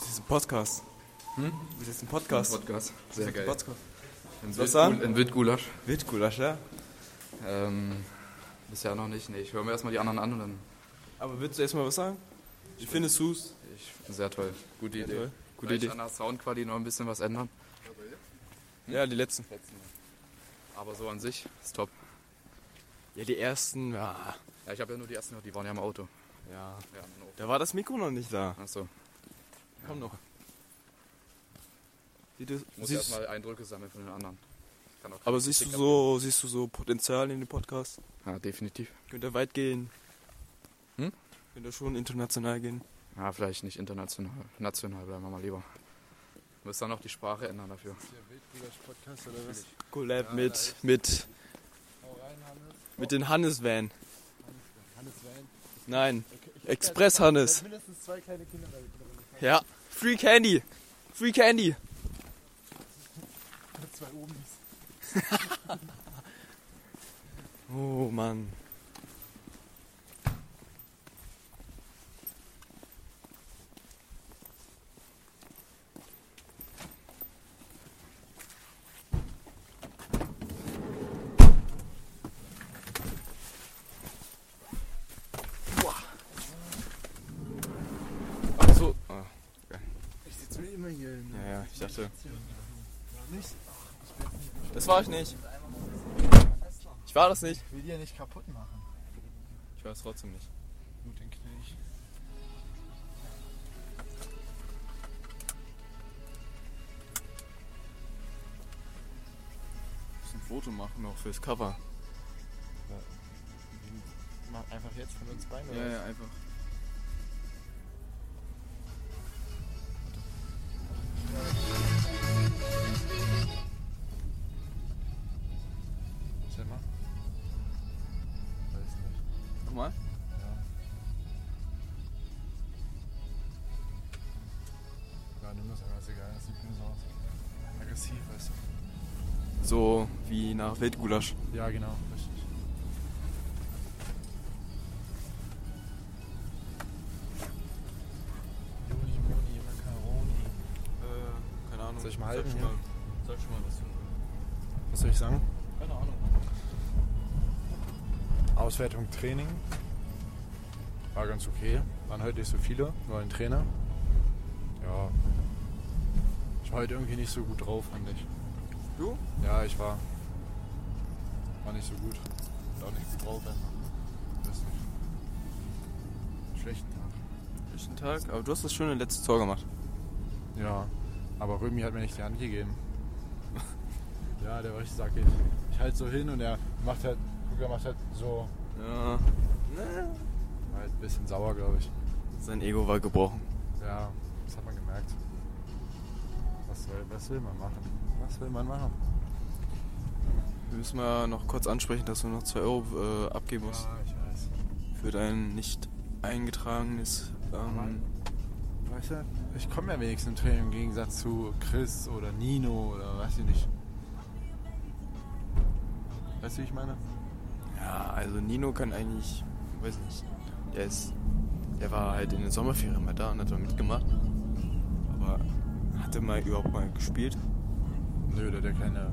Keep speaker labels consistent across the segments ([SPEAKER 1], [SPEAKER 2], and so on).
[SPEAKER 1] ist ein Podcast. Hm? Das ist ein Podcast.
[SPEAKER 2] Podcast. Sehr
[SPEAKER 1] das ist ein
[SPEAKER 2] geil.
[SPEAKER 1] Podcast.
[SPEAKER 2] Ein
[SPEAKER 1] Was
[SPEAKER 2] Wild-
[SPEAKER 1] sagen?
[SPEAKER 2] Ein Wildgulasch.
[SPEAKER 1] Wildgulasch, ja?
[SPEAKER 2] Ähm, bisher noch nicht. Nee, ich höre mir erstmal die anderen an und dann.
[SPEAKER 1] Aber willst du erstmal was sagen? Wie findest du es?
[SPEAKER 2] Ich, sehr toll. Gute Idee.
[SPEAKER 1] toll. Gute
[SPEAKER 2] Vielleicht
[SPEAKER 1] Idee.
[SPEAKER 2] an der Soundqualität noch ein bisschen was ändern.
[SPEAKER 1] Ja, die letzten.
[SPEAKER 2] Aber so an sich ist top.
[SPEAKER 1] Ja, die ersten, ja.
[SPEAKER 2] Ja, ich habe ja nur die ersten gehört, die waren ja im Auto.
[SPEAKER 1] ja.
[SPEAKER 2] Ja, no.
[SPEAKER 1] Da war das Mikro noch nicht da.
[SPEAKER 2] Achso.
[SPEAKER 1] Komm noch. Sieht es-
[SPEAKER 2] Muss
[SPEAKER 1] siehst-
[SPEAKER 2] erstmal Eindrücke sammeln von den anderen. Kann auch
[SPEAKER 1] aber siehst du,
[SPEAKER 2] Kritik
[SPEAKER 1] so, siehst du so Potenzial in dem Podcast?
[SPEAKER 2] abgeben. Ja, definitiv.
[SPEAKER 1] Könnte weit gehen.
[SPEAKER 2] Hm?
[SPEAKER 1] Könnte schon international gehen.
[SPEAKER 2] Ja, vielleicht nicht international. National bleiben wir mal lieber. Müsst dann noch die Sprache ändern dafür.
[SPEAKER 3] Podcast oder was?
[SPEAKER 1] Collab mit, mit, mit den Hannes Van.
[SPEAKER 3] Hannes Wein.
[SPEAKER 1] Nein,
[SPEAKER 3] Ich
[SPEAKER 1] Express Hannes.
[SPEAKER 3] mindestens zwei kleine Kinder bei drin.
[SPEAKER 1] Ja, Free Candy. Free Candy.
[SPEAKER 3] Zwei oben.
[SPEAKER 1] Oh Mann. Achso. Ah,
[SPEAKER 3] Ich sitze mir immer hier. in-
[SPEAKER 1] ja, ja, ich dachte.
[SPEAKER 3] Nicht?
[SPEAKER 1] Das war ich nicht. Ich war das nicht.
[SPEAKER 3] Ich will die ja nicht kaputt machen.
[SPEAKER 1] Ich war es trotzdem nicht.
[SPEAKER 3] Gut, den Knilch.
[SPEAKER 1] Ich muss ein Foto machen noch fürs Cover.
[SPEAKER 3] Mach einfach jetzt von uns beiden.
[SPEAKER 1] Ja, ja, einfach.
[SPEAKER 3] Stell mal. Weiß nicht.
[SPEAKER 1] Nochmal?
[SPEAKER 3] Ja, nimm das einfach, ist egal. Das sieht mir so aus. Aggressiv, weißt du.
[SPEAKER 1] So wie nach Wildgulasch.
[SPEAKER 3] Ja, genau. Richtig. Juni, Moni, Macaroni.
[SPEAKER 1] Äh, keine Ahnung.
[SPEAKER 3] Soll ich mal halten
[SPEAKER 1] Sag schon
[SPEAKER 3] hier?
[SPEAKER 1] mal, sag schon mal was du.
[SPEAKER 3] Was soll ich sagen?
[SPEAKER 1] Keine Ahnung.
[SPEAKER 3] Auswertung Training. War ganz okay. Waren heute nicht so viele. Neuen Trainer. Ja. Ich war heute irgendwie nicht so gut drauf, fand ich.
[SPEAKER 1] Du?
[SPEAKER 3] Ja, ich war. War nicht so gut. Und auch nicht gut drauf einfach. Weiß nicht. Schlechten Tag.
[SPEAKER 1] Schönen Tag. Aber du hast das schöne letzte Tor gemacht.
[SPEAKER 3] Ja. Aber Römi hat mir nicht die Hand gegeben. ja, der war richtig sackig. Ich halt so hin und er macht halt. Guck, er macht halt so.
[SPEAKER 1] Ja.
[SPEAKER 3] War halt ein bisschen sauer, glaube ich.
[SPEAKER 1] Sein Ego war gebrochen.
[SPEAKER 3] Ja, das hat man gemerkt. Was, soll, was will man machen? Was will man machen?
[SPEAKER 1] Wir müssen mal noch kurz ansprechen, dass du noch 2 Euro äh, abgeben musst.
[SPEAKER 3] ich weiß.
[SPEAKER 1] Für dein nicht eingetragenes. Ähm,
[SPEAKER 3] Weißt du, ich komme ja wenigstens im Training im Gegensatz zu Chris oder Nino oder weiß ich nicht. Weißt du, wie ich meine?
[SPEAKER 1] ja, also Nino kann eigentlich. Weiß nicht. Der ist. Der war halt in den Sommerferien mal da und hat mal mitgemacht. Aber hat er mal überhaupt mal gespielt?
[SPEAKER 3] Nö, der hat ja keine,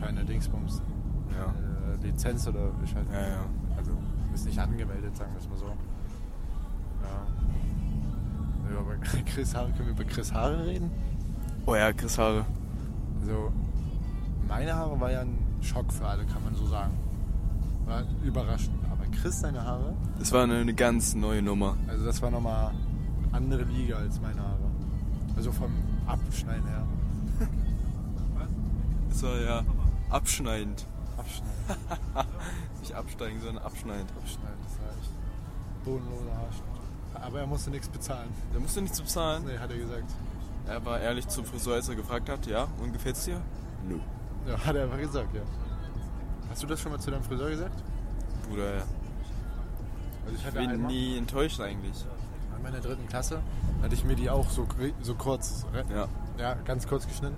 [SPEAKER 3] keine Dingsbums.
[SPEAKER 1] Ja.
[SPEAKER 3] Äh, Lizenz oder ich halt.
[SPEAKER 1] Ja, ja.
[SPEAKER 3] Also ist nicht angemeldet, sagen wir es mal so. Ja. Nö, aber Chris Haare, können wir über Chris Haare reden?
[SPEAKER 1] Oh ja, Chris Haare.
[SPEAKER 3] Also, meine Haare war ja ein Schock für alle, kann man so sagen. War überraschend. Aber Chris seine Haare,
[SPEAKER 1] Das war eine, eine ganz neue Nummer.
[SPEAKER 3] also das war nochmal andere Liga als meine Haare. Also vom Abschneiden her.
[SPEAKER 1] Das war ja abschneidend.
[SPEAKER 3] Abschneiden,
[SPEAKER 1] Nicht absteigen, sondern abschneidend.
[SPEAKER 3] abschneiden, das war echt bodenloser Haarschnitt. Aber er musste nichts bezahlen.
[SPEAKER 1] Da musst du nichts bezahlen.
[SPEAKER 3] Nee, hat er gesagt.
[SPEAKER 1] Er war ehrlich zum Friseur, als er gefragt hat, ja, und gefällt's dir? Nö.
[SPEAKER 3] Ja, hat er einfach gesagt, ja. Hast du das schon mal zu deinem Friseur gesagt?
[SPEAKER 1] Bruder, ja.
[SPEAKER 3] Also ich
[SPEAKER 1] Ich
[SPEAKER 3] hatte
[SPEAKER 1] bin
[SPEAKER 3] einmal-
[SPEAKER 1] nie enttäuscht eigentlich.
[SPEAKER 3] In meiner dritten Klasse hatte ich mir die auch so, gri- so kurz, re-
[SPEAKER 1] Ja.
[SPEAKER 3] ja, ganz kurz geschnitten.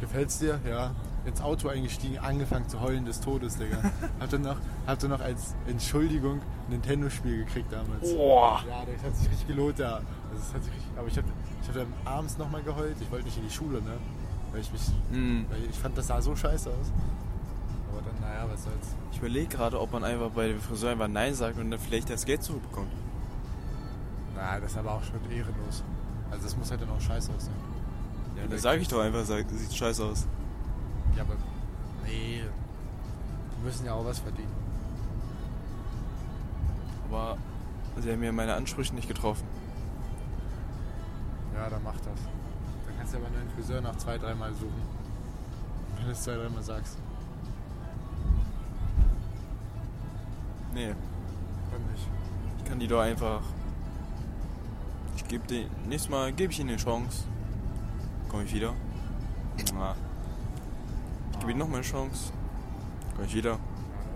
[SPEAKER 3] Gefällt's dir? Ja. ins Auto eingestiegen, angefangen zu heulen des Todes, Digga. hab dann noch, hab dann noch als Entschuldigung ein Nintendo-Spiel gekriegt damals.
[SPEAKER 2] Boah.
[SPEAKER 3] Ja, das hat sich richtig gelohnt da. Also das hat sich richtig, aber ich habe ich hab dann abends nochmal geheult. Ich wollte nicht in die Schule, ne? Weil ich mich.
[SPEAKER 1] Mhm.
[SPEAKER 3] Weil ich fand, das sah so scheiße aus. Aber dann, naja, was soll's.
[SPEAKER 1] Ich überlege gerade, ob man einfach bei dem Friseur einfach Nein sagt und dann vielleicht das Geld zurückbekommt.
[SPEAKER 3] Na, das ist aber auch schon ehrenlos. Also das muss halt dann auch scheiße aussehen.
[SPEAKER 1] Ja, dann sage ich doch einfach, sag, sieht scheiße aus.
[SPEAKER 3] Ja, aber. Nee. Die müssen ja auch was verdienen.
[SPEAKER 1] Aber sie haben ja meine Ansprüche nicht getroffen.
[SPEAKER 3] Ja, dann mach das. Dann kannst du aber einen Friseur nach zwei, dreimal suchen. Wenn du es zwei, dreimal sagst.
[SPEAKER 1] Nee,
[SPEAKER 3] Dann nicht.
[SPEAKER 1] ich kann die doch einfach. Ich gebe den. Nächstes Mal gebe ich ihnen eine Chance. Komme ich wieder? Na. Ich gebe ihnen nochmal eine Chance. Komme ich wieder?
[SPEAKER 3] Ja,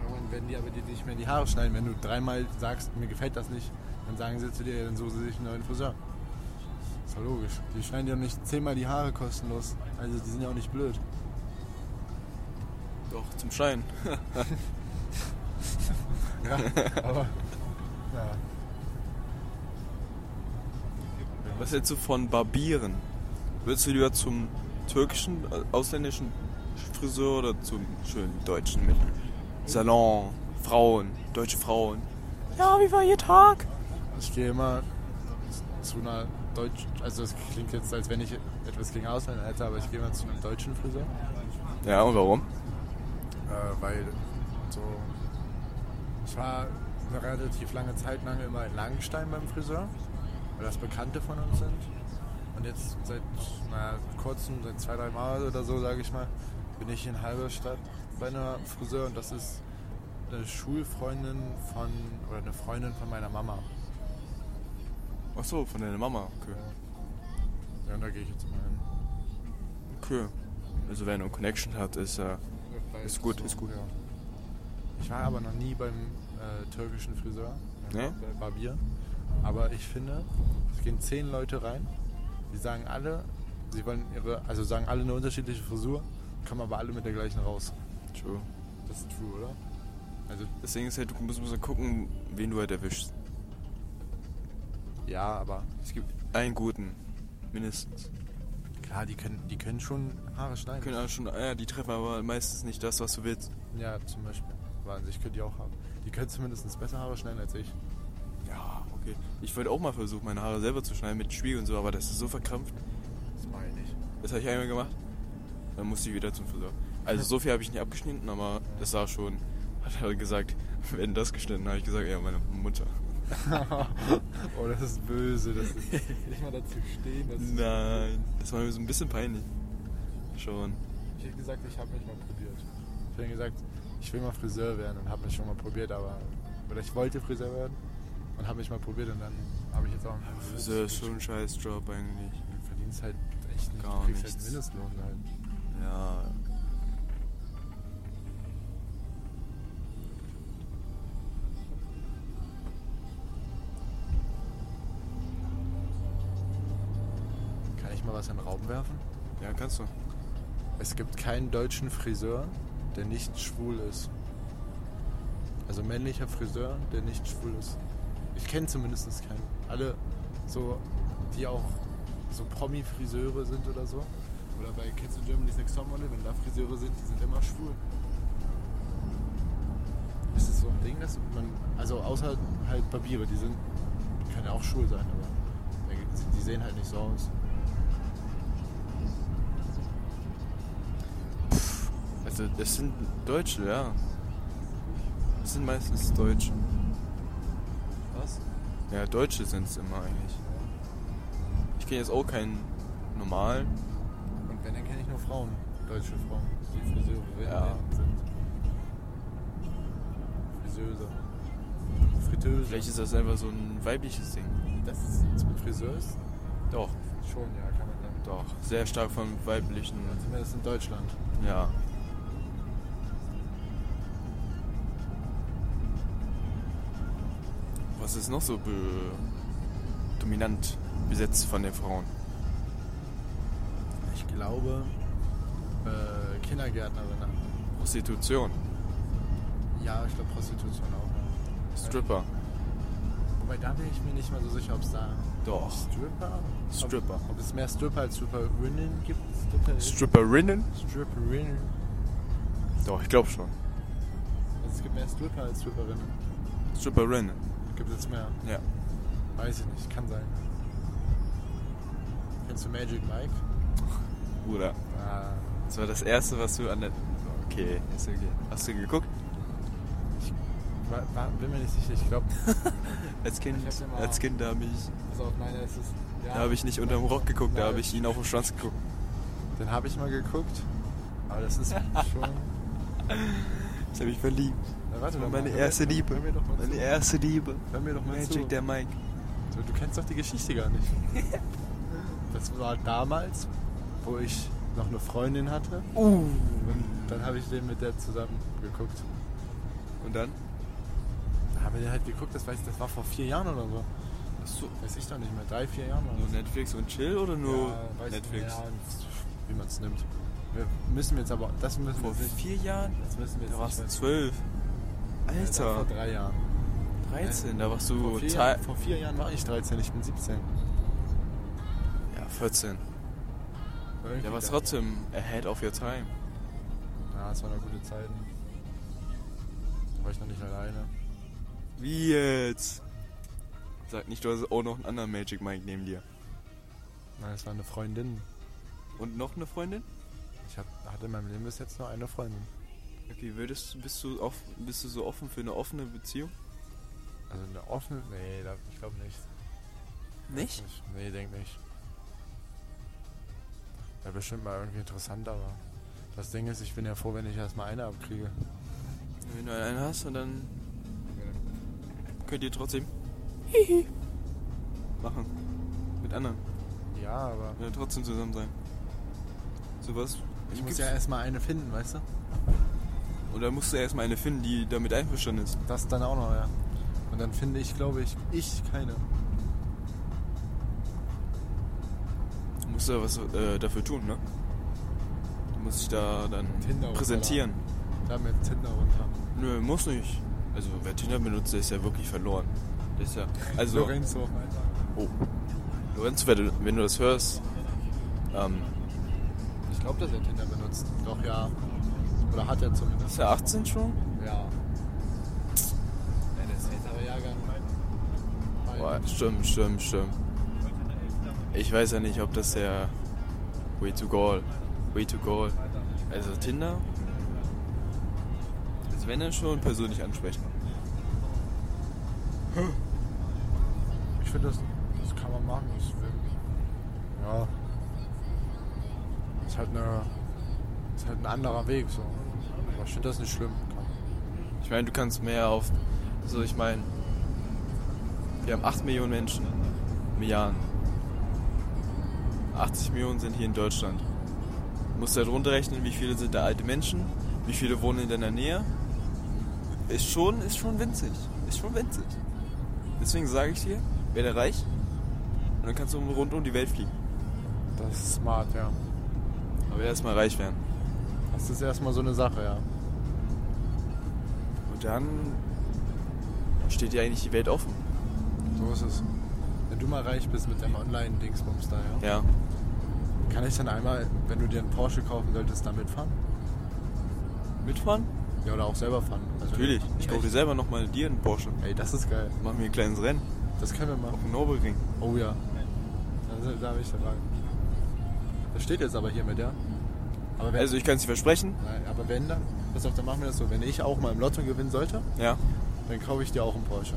[SPEAKER 3] irgendwann werden die aber dir nicht mehr die Haare schneiden. Wenn du dreimal sagst, mir gefällt das nicht, dann sagen sie zu dir, ja, dann suchen sie sich einen neuen Friseur. Ist doch logisch. Die schneiden dir doch nicht zehnmal die Haare kostenlos. Also die sind ja auch nicht blöd.
[SPEAKER 1] Doch, zum Schein.
[SPEAKER 3] Ja, aber. Ja.
[SPEAKER 1] Was hältst du von Barbieren? Würdest du lieber zum türkischen, äh, ausländischen Friseur oder zum schönen deutschen mit Salon, Frauen, deutsche Frauen? Ja, wie war Ihr Tag?
[SPEAKER 3] Ich gehe immer zu einer deutschen, also es klingt jetzt, als wenn ich etwas gegen Ausländer hätte, aber ich gehe immer zu einem deutschen Friseur.
[SPEAKER 1] Ja, und warum?
[SPEAKER 3] Äh, weil so, ich war eine relativ lange Zeit lang immer in Langenstein beim Friseur, weil das Bekannte von uns sind. Und jetzt seit naja, kurzem, seit zwei, drei Mal oder so, sage ich mal, bin ich in Halberstadt bei einer Friseur und das ist eine Schulfreundin von, oder eine Freundin von meiner Mama.
[SPEAKER 1] Ach so, von deiner Mama. Okay.
[SPEAKER 3] Ja, und da gehe ich jetzt mal hin.
[SPEAKER 1] okay. Also, wer eine Connection hat, ist äh, ja. Ist gut, ist gut.
[SPEAKER 3] Ja. Ich war aber noch nie beim äh, türkischen Friseur, beim
[SPEAKER 1] Ne?
[SPEAKER 3] bei Barbier. Aber ich finde, es gehen zehn Leute rein, die sagen alle, sie wollen ihre, also sagen alle eine unterschiedliche Frisur, kommen aber alle mit der gleichen raus.
[SPEAKER 1] true.
[SPEAKER 3] Das ist true, oder? Also
[SPEAKER 1] Deswegen ist halt, du musst, musst halt gucken, wen du halt erwischst.
[SPEAKER 3] ja, aber
[SPEAKER 1] Es gibt einen guten, mindestens.
[SPEAKER 3] klar, die können, die können schon Haare
[SPEAKER 1] Die
[SPEAKER 3] schneiden.
[SPEAKER 1] können alle schon, ah ja, die treffen aber meistens nicht das, was du willst.
[SPEAKER 3] Ja, zum Beispiel. Aber an sich können die auch haben. Die können zumindest besser Haare schneiden als ich.
[SPEAKER 1] Ja, okay. Ich wollte auch mal versuchen, meine Haare selber zu schneiden mit Spiegel und so, aber das ist so verkrampft.
[SPEAKER 3] Das meine ich.
[SPEAKER 1] Das habe ich einmal gemacht. Dann musste ich wieder zum Friseur. Also so viel habe ich nicht abgeschnitten, aber das sah schon. Hat er gesagt, wenn das geschnitten, habe ich gesagt, ja, meine Mutter.
[SPEAKER 3] oh, das ist böse. Das ist, nicht mal dazu stehen. Das ist
[SPEAKER 1] Nein, das war mir so ein bisschen peinlich. Schon.
[SPEAKER 3] Ich hätte gesagt, ich habe mich mal probiert. Ich hätte gesagt, ich will mal Friseur werden und habe mich schon mal probiert, aber. Oder ich wollte Friseur werden und habe mich mal probiert und dann habe ich jetzt auch einen
[SPEAKER 1] Friseur ist schon ein scheiß Job eigentlich.
[SPEAKER 3] Du verdienst halt echt nicht.
[SPEAKER 1] Gar
[SPEAKER 3] du kriegst
[SPEAKER 1] nichts.
[SPEAKER 3] halt Mindestlohn halt.
[SPEAKER 1] Ja.
[SPEAKER 3] Kann ich mal was in den Raum werfen?
[SPEAKER 1] Ja, kannst du.
[SPEAKER 3] Es gibt keinen deutschen Friseur, der nicht schwul ist. Also männlicher Friseur, der nicht schwul ist. Ich kenne zumindest keinen. Alle so, die auch so Promi-Friseure sind oder so. Oder bei Kids in Germany's Next Topmodel, wenn da Friseure sind, die sind immer schwul. Ist es so ein Ding, dass man, also außer halt Barbiere, die sind, können ja auch schwul sein, aber die sehen halt nicht so aus.
[SPEAKER 1] Also, das sind Deutsche, ja. Das sind meistens Deutsche.
[SPEAKER 3] Was?
[SPEAKER 1] Ja, Deutsche sind es immer eigentlich. Ich kenne jetzt auch keinen normalen.
[SPEAKER 3] Und wenn, dann kenne ich nur Frauen. Deutsche Frauen. Die Friseure
[SPEAKER 1] Ja.
[SPEAKER 3] sind. Friseuse. Friteuse.
[SPEAKER 1] Vielleicht ist das einfach so ein weibliches Ding.
[SPEAKER 3] das ist mit Friseur ist?
[SPEAKER 1] Doch,
[SPEAKER 3] Schon, ja, kann man sagen.
[SPEAKER 1] doch. Sehr stark vom weiblichen.
[SPEAKER 3] Zumindest in Deutschland.
[SPEAKER 1] Ja. Was ist noch so be dominant besetzt von den Frauen?
[SPEAKER 3] Ich glaube, äh, Kindergärtnerin an.
[SPEAKER 1] Prostitution.
[SPEAKER 3] Ja, ich glaube Prostitution auch.
[SPEAKER 1] Stripper.
[SPEAKER 3] Wobei da bin ich mir nicht mal so sicher, ob es da
[SPEAKER 1] Doch.
[SPEAKER 3] Stripper?
[SPEAKER 1] Stripper.
[SPEAKER 3] Ob, ob es mehr Stripper als Stripperinnen gibt? Stripper-
[SPEAKER 1] Stripperinnen?
[SPEAKER 3] Stripperinnen.
[SPEAKER 1] Doch, ich glaube schon.
[SPEAKER 3] Also es gibt mehr Stripper als Stripperinnen.
[SPEAKER 1] Stripperinnen.
[SPEAKER 3] Gibt es mehr?
[SPEAKER 1] Ja.
[SPEAKER 3] Weiß ich nicht, kann sein. Kennst du Magic Mike?
[SPEAKER 1] Bruder.
[SPEAKER 3] Ah,
[SPEAKER 1] Das war das erste, was du an der. Okay, ist okay. Hast du geguckt?
[SPEAKER 3] war, war, bin mir nicht sicher, ich glaube.
[SPEAKER 1] Als Kind,
[SPEAKER 3] Ich hab den mal-
[SPEAKER 1] als Kind da habe ich,
[SPEAKER 3] Also auf meiner ist es.
[SPEAKER 1] da habe ich nicht unterm Rock geguckt, da habe ich ihn auf dem Schwanz geguckt.
[SPEAKER 3] Den habe ich mal geguckt. Aber das ist schon.
[SPEAKER 1] Das habe ich verliebt.
[SPEAKER 3] Na, warte
[SPEAKER 1] Das war
[SPEAKER 3] mal,
[SPEAKER 1] meine
[SPEAKER 3] hör mir-
[SPEAKER 1] erste
[SPEAKER 3] hör mir-
[SPEAKER 1] Liebe.
[SPEAKER 3] Hör mir doch mal
[SPEAKER 1] Meine
[SPEAKER 3] zu.
[SPEAKER 1] erste Liebe.
[SPEAKER 3] Hör mir doch mal zu.
[SPEAKER 1] Magic der Mike.
[SPEAKER 3] Du, du kennst doch die Geschichte gar nicht. Das war damals, wo ich noch eine Freundin hatte.
[SPEAKER 1] Uh.
[SPEAKER 3] Und dann habe ich den mit der zusammen geguckt.
[SPEAKER 1] Und dann?
[SPEAKER 3] Da haben wir den halt geguckt, das, weiß ich, das war vor vier Jahren oder so.
[SPEAKER 1] Achso.
[SPEAKER 3] Weiß ich doch nicht mehr, drei, vier Jahren oder
[SPEAKER 1] Nur
[SPEAKER 3] so.
[SPEAKER 1] Netflix und Chill oder nur
[SPEAKER 3] Ja, weiß ich
[SPEAKER 1] Netflix?
[SPEAKER 3] nicht, Ja, wie man es nimmt. Wir müssen jetzt aber, das müssen wir
[SPEAKER 1] Vor
[SPEAKER 3] jetzt nicht.
[SPEAKER 1] vier Jahren?
[SPEAKER 3] Das müssen wir jetzt
[SPEAKER 1] Da warst du
[SPEAKER 3] nicht.
[SPEAKER 1] zwölf.
[SPEAKER 3] Das war
[SPEAKER 1] Alter,
[SPEAKER 3] Vor drei Jahren.
[SPEAKER 1] 13, da warst
[SPEAKER 3] vor,
[SPEAKER 1] du
[SPEAKER 3] vier
[SPEAKER 1] Teil.
[SPEAKER 3] Jahren, vor vier Jahren war ich 13, ich bin 17.
[SPEAKER 1] Ja, 14.
[SPEAKER 3] Irgendwie
[SPEAKER 1] Da warst
[SPEAKER 3] dann.
[SPEAKER 1] trotzdem ahead of your time.
[SPEAKER 3] Ja, es waren noch gute Zeiten. Da war ich noch nicht alleine.
[SPEAKER 1] Wie jetzt? Sag nicht, du hast auch noch einen anderen Magic Mike neben dir.
[SPEAKER 3] Nein, es war eine Freundin.
[SPEAKER 1] Und noch eine Freundin?
[SPEAKER 3] Ich hab, hatte in meinem Leben bis jetzt nur eine Freundin.
[SPEAKER 1] Okay, würdest, bist, du off, bist du so offen für eine offene Beziehung?
[SPEAKER 3] Also eine offene? Nee, da, ich glaube nicht.
[SPEAKER 1] Nicht?
[SPEAKER 3] Ich, nee, denk nicht. Wäre bestimmt mal irgendwie interessant, aber das Ding ist, ich bin ja froh, wenn ich erstmal eine abkriege.
[SPEAKER 1] Wenn du einen hast und dann könnt ihr trotzdem machen. Mit anderen.
[SPEAKER 3] Ja, aber
[SPEAKER 1] Und dann trotzdem zusammen sein. Sowas.
[SPEAKER 3] ich muss
[SPEAKER 1] gibt's-
[SPEAKER 3] ja erstmal eine finden, weißt du?
[SPEAKER 1] Und dann musst du erstmal eine finden, die damit einverstanden ist.
[SPEAKER 3] Das dann auch noch, ja. Und dann finde ich, glaube ich, ich keine.
[SPEAKER 1] Du musst da was äh, dafür tun, ne? Du musst dich da dann
[SPEAKER 3] Tinder
[SPEAKER 1] präsentieren.
[SPEAKER 3] Da haben wir jetzt Tinder runter.
[SPEAKER 1] Nö, muss nicht. Also wer Tinder benutzt, der ist ja wirklich verloren. Der ist ja. Also.
[SPEAKER 3] Lorenzo.
[SPEAKER 1] Oh. Lorenzo, wenn du, wenn du das hörst, ähm,
[SPEAKER 3] Ich glaube, dass er Tinder benutzt. Doch, ja. Oder hat er zumindest.
[SPEAKER 1] ist er 18 schon?
[SPEAKER 3] Ja. der ist älterer Jahrgang.
[SPEAKER 1] Boah, stimmt, stimmt, stimmt. Ich weiß ja nicht, ob das der Way to Goal. Way to Goal. Also Tinder. Also wenn dann schon persönlich ansprechen.
[SPEAKER 3] Ich finde, das, das kann man machen. Das will- ja. Ist halt, eine, ist halt ein anderer Weg. So. Aber ich finde das nicht schlimm. Kann-
[SPEAKER 1] Ich meine, du kannst mehr auf. Also ich meine, wir haben 8 Millionen Menschen. Milliarden. 80 Millionen sind hier in Deutschland. Du musst halt runterrechnen, wie viele sind da alte Menschen, wie viele wohnen in deiner Nähe. Ist schon, ist schon winzig. Ist schon winzig. Deswegen sage ich dir, werde reich und dann kannst du rund um die Welt fliegen.
[SPEAKER 3] Das ist smart, ja.
[SPEAKER 1] Aber erstmal reich werden.
[SPEAKER 3] Das ist erstmal so eine Sache, ja.
[SPEAKER 1] Und dann steht dir eigentlich die Welt offen.
[SPEAKER 3] So ist es. Wenn du mal reich bist mit deinem Online-Dingsbums da, ja.
[SPEAKER 1] Ja.
[SPEAKER 3] Kann ich dann einmal, wenn du dir einen Porsche kaufen solltest, da mitfahren?
[SPEAKER 1] Mitfahren?
[SPEAKER 3] Ja, oder auch selber fahren. Also-
[SPEAKER 1] Natürlich. Ich kaufe dir
[SPEAKER 3] Echt?
[SPEAKER 1] selber nochmal dir einen Porsche.
[SPEAKER 3] Ey, das ist geil.
[SPEAKER 1] Machen wir ein kleines Rennen.
[SPEAKER 3] Das können wir
[SPEAKER 1] Auf
[SPEAKER 3] machen.
[SPEAKER 1] dem Nobelring.
[SPEAKER 3] Oh ja. Da, da bin ich dabei. Das steht jetzt aber hier mit, ja? Aber wenn,
[SPEAKER 1] Also ich kann es dir versprechen.
[SPEAKER 3] Nein, aber wenn dann, pass auf, dann machen wir das so. Wenn ich auch mal im Lotto gewinnen sollte,
[SPEAKER 1] Ja.
[SPEAKER 3] dann kaufe ich dir auch einen Porsche.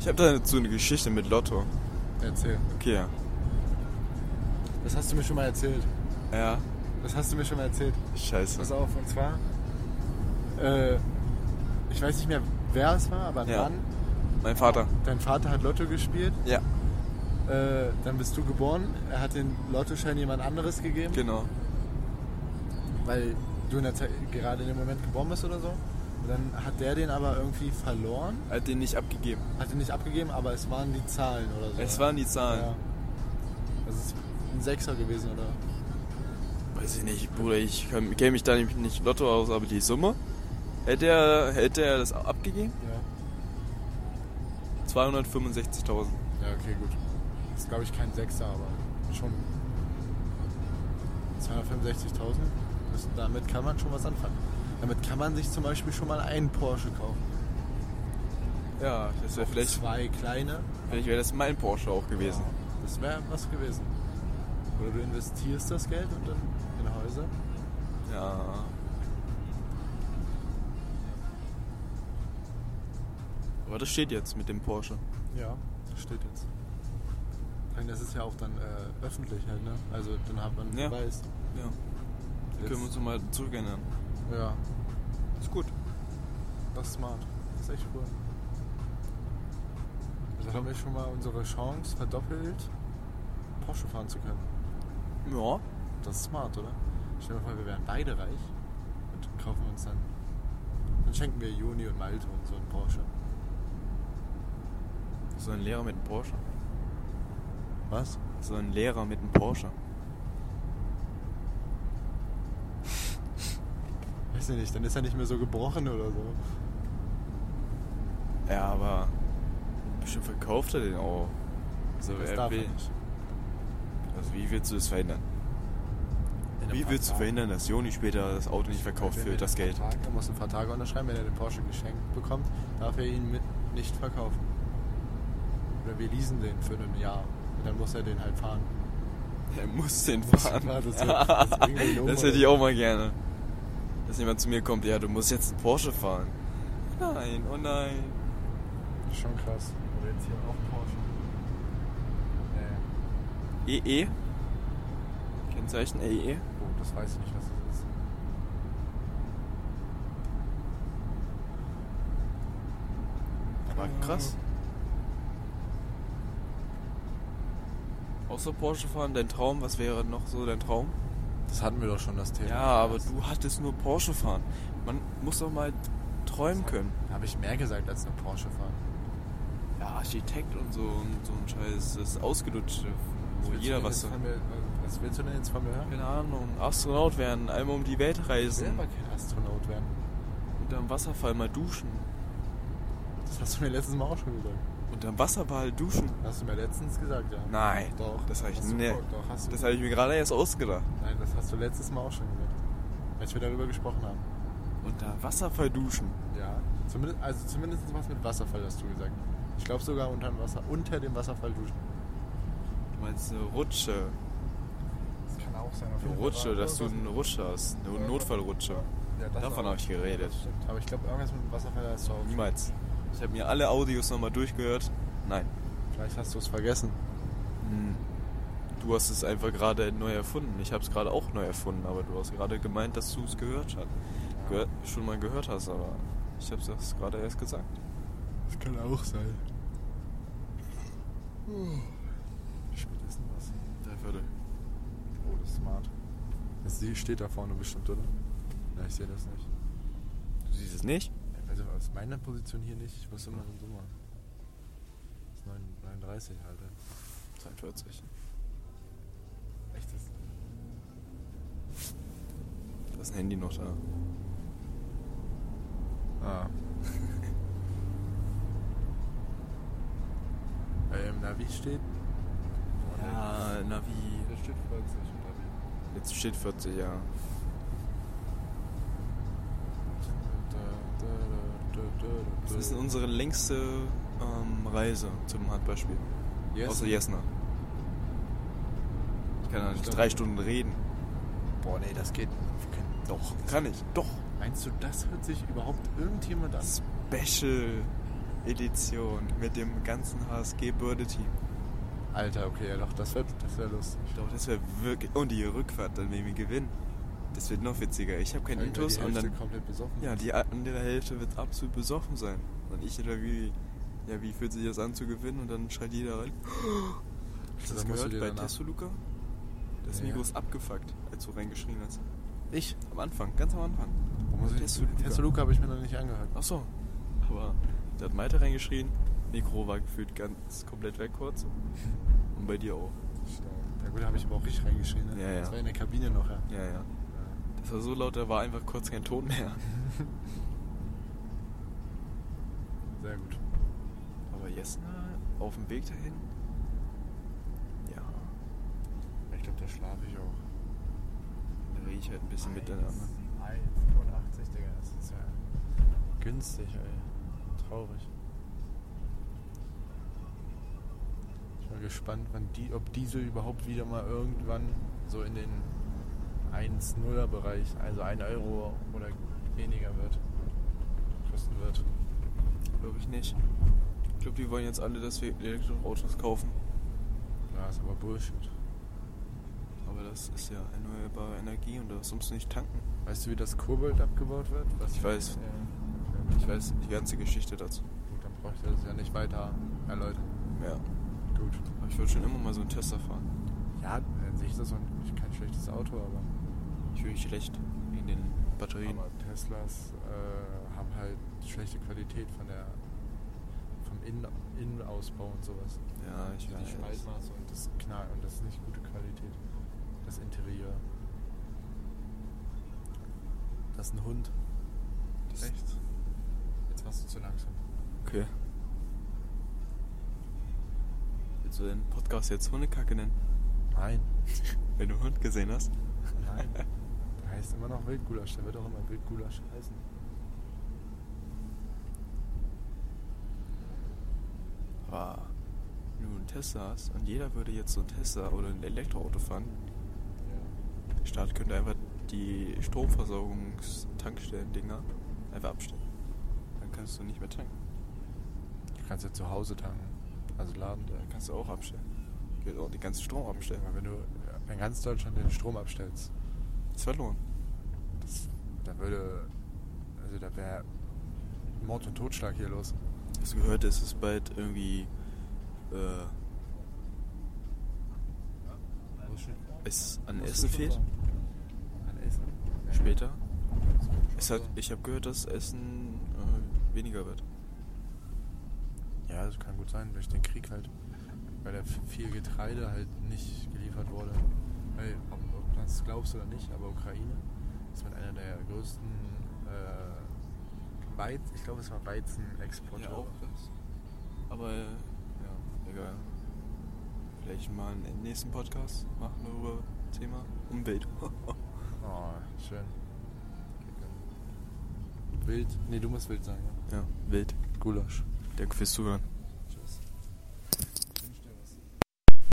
[SPEAKER 1] Ich habe dazu eine Geschichte mit Lotto.
[SPEAKER 3] Erzähl.
[SPEAKER 1] Okay, ja.
[SPEAKER 3] Das hast du mir schon mal erzählt.
[SPEAKER 1] Ja.
[SPEAKER 3] Das hast du mir schon mal erzählt. Pass
[SPEAKER 1] Scheiße.
[SPEAKER 3] auf, und zwar, äh, ich weiß nicht mehr, wer es war, aber ein
[SPEAKER 1] Ja.
[SPEAKER 3] Mann,
[SPEAKER 1] Mein Vater.
[SPEAKER 3] dein Vater hat Lotto gespielt,
[SPEAKER 1] Ja.
[SPEAKER 3] äh, dann bist du geboren, er hat den Lottoschein jemand anderes gegeben.
[SPEAKER 1] Genau.
[SPEAKER 3] weil du in der Zeit, gerade in dem Moment geboren bist oder so. Und dann hat der den aber irgendwie verloren,
[SPEAKER 1] Er hat den nicht abgegeben.
[SPEAKER 3] hat ihn nicht abgegeben, aber es waren die Zahlen oder so. ne?
[SPEAKER 1] Es waren die Zahlen.
[SPEAKER 3] Ja. Also es ist ein Sechser gewesen oder
[SPEAKER 1] Weiß ich nicht, Bruder, ich kann- kenne mich da nämlich nicht Lotto aus, aber die Summe. Hätte er, hätte er das abgegeben?
[SPEAKER 3] Ja.
[SPEAKER 1] 265.000.
[SPEAKER 3] Ja, okay, gut. Ist, glaube ich, kein Sechser, aber schon 265.000. Das- Damit kann man schon was anfangen. Damit kann man sich zum Beispiel schon mal einen Porsche kaufen.
[SPEAKER 1] Ja, das wäre vielleicht,
[SPEAKER 3] Zwei kleine.
[SPEAKER 1] vielleicht wäre das mein Porsche auch gewesen.
[SPEAKER 3] Das wäre was gewesen. Oder du investierst das Geld und dann in Häuser.
[SPEAKER 1] Ja. Aber das steht jetzt mit dem Porsche.
[SPEAKER 3] Ja, das steht jetzt. Ich meine, Das ist ja auch dann äh, öffentlich halt, ne? Also dann hat man
[SPEAKER 1] Ja.
[SPEAKER 3] Beweis.
[SPEAKER 1] Ja. Da können wir uns mal zurückerinnern.
[SPEAKER 3] Ja,
[SPEAKER 1] Ist gut.
[SPEAKER 3] das ist smart. Das ist echt cool. Also haben wir schon mal unsere Chance verdoppelt, Porsche fahren zu können.
[SPEAKER 1] Ja.
[SPEAKER 3] Das ist smart, oder? Stell dir mal vor, wir wären beide reich und kaufen uns dann. Dann schenken wir Juni und Malte und so einen Porsche.
[SPEAKER 1] So ein Lehrer mit einem Porsche.
[SPEAKER 3] Was?
[SPEAKER 1] So ein Lehrer mit einem Porsche.
[SPEAKER 3] Weiß ich nicht, dann ist er nicht mehr so gebrochen oder so.
[SPEAKER 1] Ja, aber bestimmt verkauft er den auch. Also,
[SPEAKER 3] das
[SPEAKER 1] er
[SPEAKER 3] darf
[SPEAKER 1] will,
[SPEAKER 3] er nicht.
[SPEAKER 1] also wie willst du das verhindern?
[SPEAKER 3] In einem
[SPEAKER 1] Wie willst du
[SPEAKER 3] Vertrag.
[SPEAKER 1] verhindern, dass Joni später das Auto nicht verkauft
[SPEAKER 3] Wenn
[SPEAKER 1] für
[SPEAKER 3] er
[SPEAKER 1] das
[SPEAKER 3] den
[SPEAKER 1] Geld?
[SPEAKER 3] Vertrag, er muss einen Vertrag unterschreiben, wenn er den Porsche geschenkt bekommt, darf er ihn mit nicht verkaufen. Oder wir leasen den für ein Jahr. Und dann muss er den halt fahren.
[SPEAKER 1] Er muss den
[SPEAKER 3] Muss-
[SPEAKER 1] fahren.
[SPEAKER 3] Ja,
[SPEAKER 1] das,
[SPEAKER 3] das wär- das ist irgendwie dumm,
[SPEAKER 1] hätte
[SPEAKER 3] oder?
[SPEAKER 1] ich auch mal gerne. Dass jemand zu mir kommt, ja, du musst jetzt einen Porsche fahren. Nein, oh nein.
[SPEAKER 3] Schon krass. Oder jetzt hier auch Porsche. Äh, Nee.
[SPEAKER 1] EE? E Kennzeichen E EE?
[SPEAKER 3] Oh, das weiß ich nicht, was das ist.
[SPEAKER 1] Aber krass. Außer Porsche fahren, dein Traum, was wäre noch so dein Traum?
[SPEAKER 3] Das hatten wir doch schon, das Thema.
[SPEAKER 1] Ja, aber du hattest nur Porsche fahren. Man muss doch mal träumen können.
[SPEAKER 3] Habe ich mehr gesagt als eine Porsche fahren.
[SPEAKER 1] Ja, Architekt und so und so ein Scheiß, das Ausgelutschte, wo
[SPEAKER 3] willst du
[SPEAKER 1] jeder
[SPEAKER 3] denn
[SPEAKER 1] was.
[SPEAKER 3] jetzt von mir- Was willst du denn jetzt von mir hören?
[SPEAKER 1] Keine Ahnung, Astronaut werden, einmal um die Welt
[SPEAKER 3] Ich will
[SPEAKER 1] reisen,
[SPEAKER 3] aber kein Astronaut werden.
[SPEAKER 1] unterm Wasserfall mal duschen,
[SPEAKER 3] Das hast du mir letztes Mal auch schon gesagt.
[SPEAKER 1] unterm Wasserball duschen.
[SPEAKER 3] Hast du mir letztens gesagt, ja.
[SPEAKER 1] Nein,
[SPEAKER 3] Doch.
[SPEAKER 1] das habe ich
[SPEAKER 3] Hast du-
[SPEAKER 1] ne,
[SPEAKER 3] doch, hast du-
[SPEAKER 1] das habe ich mir gerade erst ausgedacht.
[SPEAKER 3] Nein, das hast du letztes Mal auch schon gesagt. Als wir darüber gesprochen haben.
[SPEAKER 1] Unter Wasserfall duschen.
[SPEAKER 3] Ja. Zumindest, also zumindest was mit Wasserfall hast du gesagt. Ich glaube sogar unter dem, Wasser, unter dem Wasserfall duschen.
[SPEAKER 1] Du meinst eine Rutsche,
[SPEAKER 3] Das kann auch sein.
[SPEAKER 1] eine Rutsche, dass du eine Rutsche hast, eine Notfallrutsche. Davon habe ich geredet.
[SPEAKER 3] Aber ich glaube, irgendwas mit dem Wasserfall hast du auch.
[SPEAKER 1] Niemals. Ich habe mir alle Audios nochmal durchgehört. Nein.
[SPEAKER 3] Vielleicht hast du es vergessen.
[SPEAKER 1] Hm. Du hast es einfach gerade neu erfunden. Ich habe es gerade auch neu erfunden, aber du hast gerade gemeint, dass du es gehört hast. Gehör, schon mal gehört hast, aber ich habe es gerade erst gesagt.
[SPEAKER 3] Das kann auch sein. Wie spät ist denn das?
[SPEAKER 1] Drei Viertel.
[SPEAKER 3] Oh, das ist smart. Sie steht da vorne bestimmt, oder? Na, ich sehe das nicht.
[SPEAKER 1] Du siehst es nicht?
[SPEAKER 3] Also aus meiner Position hier nicht. Ich muss immer in Summe. Das ist 9, 39 halt.
[SPEAKER 1] 42.
[SPEAKER 3] Echt das?
[SPEAKER 1] Da ist ein Handy noch da.
[SPEAKER 3] Ah. Weil im Navi Ähm, steht.
[SPEAKER 1] Ja, Navi.
[SPEAKER 3] Da steht 40 im Navi.
[SPEAKER 1] Jetzt steht 40, ja.
[SPEAKER 3] Da, da, da, da, da,
[SPEAKER 1] Das
[SPEAKER 3] da.
[SPEAKER 1] ist unsere längste ähm, Reise zum Handballspiel.
[SPEAKER 3] Yes.
[SPEAKER 1] Außer Jesna. Ich kann ja
[SPEAKER 3] Ich
[SPEAKER 1] nicht
[SPEAKER 3] glaub-
[SPEAKER 1] drei Stunden reden.
[SPEAKER 3] Boah, nee, das geht.
[SPEAKER 1] Doch, kann ich. Doch.
[SPEAKER 3] Meinst du, das hört sich überhaupt irgendjemand an?
[SPEAKER 1] Special Edition mit dem ganzen HSG Börde Team.
[SPEAKER 3] Alter, okay, ja doch, das wäre das wär lustig.
[SPEAKER 1] Ich glaube, Oh, das wäre wirklich. Und die Rückfahrt, dann werden wir gewinnen. Das wird noch witziger. Ich habe keinen
[SPEAKER 3] Weil
[SPEAKER 1] Intus
[SPEAKER 3] die
[SPEAKER 1] und
[SPEAKER 3] Hälfte
[SPEAKER 1] dann.
[SPEAKER 3] komplett besoffen.
[SPEAKER 1] Ja, die andere Hälfte wird absolut besoffen sein. Und ich oder wie. Ja, wie fühlt sich das an zu gewinnen? Und dann schreit jeder rein. Hast du das
[SPEAKER 3] Dann Also musst du
[SPEAKER 1] gehört
[SPEAKER 3] dir
[SPEAKER 1] bei
[SPEAKER 3] danach-
[SPEAKER 1] Testo Luca? Das
[SPEAKER 3] Ja.
[SPEAKER 1] Mikro ist abgefuckt, als du reingeschrien hast.
[SPEAKER 3] Ich?
[SPEAKER 1] Am Anfang, ganz am Anfang.
[SPEAKER 3] Wo muss
[SPEAKER 1] Testo Luca.
[SPEAKER 3] ich? Testo Luca habe ich mir noch nicht angehört.
[SPEAKER 1] Ach so. Aber da hat Malte reingeschrien. Mikro war gefühlt ganz komplett weg kurz. Und bei dir auch.
[SPEAKER 3] Stark. Ja gut, da habe ich aber auch richtig reingeschrien. Ne?
[SPEAKER 1] Ja, ja.
[SPEAKER 3] Das war in der Kabine noch, ja.
[SPEAKER 1] Ja, ja. Das war so laut, da war einfach kurz kein Ton mehr.
[SPEAKER 3] Sehr gut.
[SPEAKER 1] Aber Jesna auf dem Weg dahin? Ja,
[SPEAKER 3] Ich glaube, da schlafe ich auch.
[SPEAKER 1] da rieche ich halt ein bisschen miteinander.
[SPEAKER 3] 1,85, Digga, das ist ja günstig, ey. Traurig. Ich bin gespannt, wann die, ob Diesel überhaupt wieder mal irgendwann so in den 1,0er Bereich, also 1 Euro oder weniger wird, kosten wird.
[SPEAKER 1] Glaube ich nicht. Ich glaube, die wollen jetzt alle, dass wir Elektroautos kaufen.
[SPEAKER 3] Ja, ist aber Bullshit.
[SPEAKER 1] Aber das ist ja erneuerbare Energie und da musst du nicht tanken.
[SPEAKER 3] Weißt du, wie das Kobold abgebaut wird? Was
[SPEAKER 1] Ich weiß.
[SPEAKER 3] Ja.
[SPEAKER 1] Ich weiß die ganze Geschichte dazu.
[SPEAKER 3] Gut, dann brauche ich das ja nicht weiter erläutern.
[SPEAKER 1] Ja.
[SPEAKER 3] Gut.
[SPEAKER 1] Aber ich würde schon immer mal so einen Tesla fahren.
[SPEAKER 3] Ja, an sich ist das ein, kein schlechtes Auto, aber
[SPEAKER 1] Ich fühle mich schlecht wegen den Batterien.
[SPEAKER 3] Aber Teslas äh, haben halt schlechte Qualität von der vom Innen Innenausbau und sowas.
[SPEAKER 1] Ja, ich
[SPEAKER 3] Die
[SPEAKER 1] weiß.
[SPEAKER 3] Spaltmaße und das Knall und das ist nicht gute Qualität. Das Interieur. Das ist ein Hund.
[SPEAKER 1] Das-
[SPEAKER 3] Echt? Jetzt warst du zu langsam.
[SPEAKER 1] Okay. Willst du den Podcast jetzt Hundekacke nennen?
[SPEAKER 3] Nein.
[SPEAKER 1] Wenn du Hund gesehen hast?
[SPEAKER 3] Nein. Der heißt immer noch Wildgulasch. Der wird auch immer Wildgulasch heißen.
[SPEAKER 1] Ah. Wenn du einen Tesla hast und jeder würde jetzt so einen Tesla oder ein Elektroauto fahren,
[SPEAKER 3] Ja.
[SPEAKER 1] der Staat könnte einfach die Stromversorgungstankstellen-Dinger einfach abstellen. Dann kannst du nicht mehr tanken.
[SPEAKER 3] Du kannst ja zu Hause tanken. Also laden.
[SPEAKER 1] Da kannst du auch abstellen. Geht auch den ganzen Strom abstellen.
[SPEAKER 3] Aber wenn du in ganz Deutschland den Strom abstellst,
[SPEAKER 1] Ist verloren.
[SPEAKER 3] Das, da würde. Also da wäre Mord und Totschlag hier los.
[SPEAKER 1] Hast du gehört, es ist bald irgendwie. Äh, es an Essen fehlt?
[SPEAKER 3] An Essen?
[SPEAKER 1] Später? Es hat, ich habe gehört, dass Essen äh, weniger wird.
[SPEAKER 3] ja, das kann gut sein, durch den Krieg halt. Weil da viel Getreide halt nicht geliefert wurde. Weil, ob, ob du das glaubst oder nicht, aber Ukraine ist mit einer der größten äh, Weiz, ich glaube es war Weizenexporteure.
[SPEAKER 1] Aber äh, ja, egal. Vielleicht mal einen nächsten Podcast machen wir über Thema Umwelt.
[SPEAKER 3] Oh, schön. Wild, nee, du musst wild sagen.
[SPEAKER 1] ja, wild.
[SPEAKER 3] Gulasch.
[SPEAKER 1] Danke fürs Zuhören.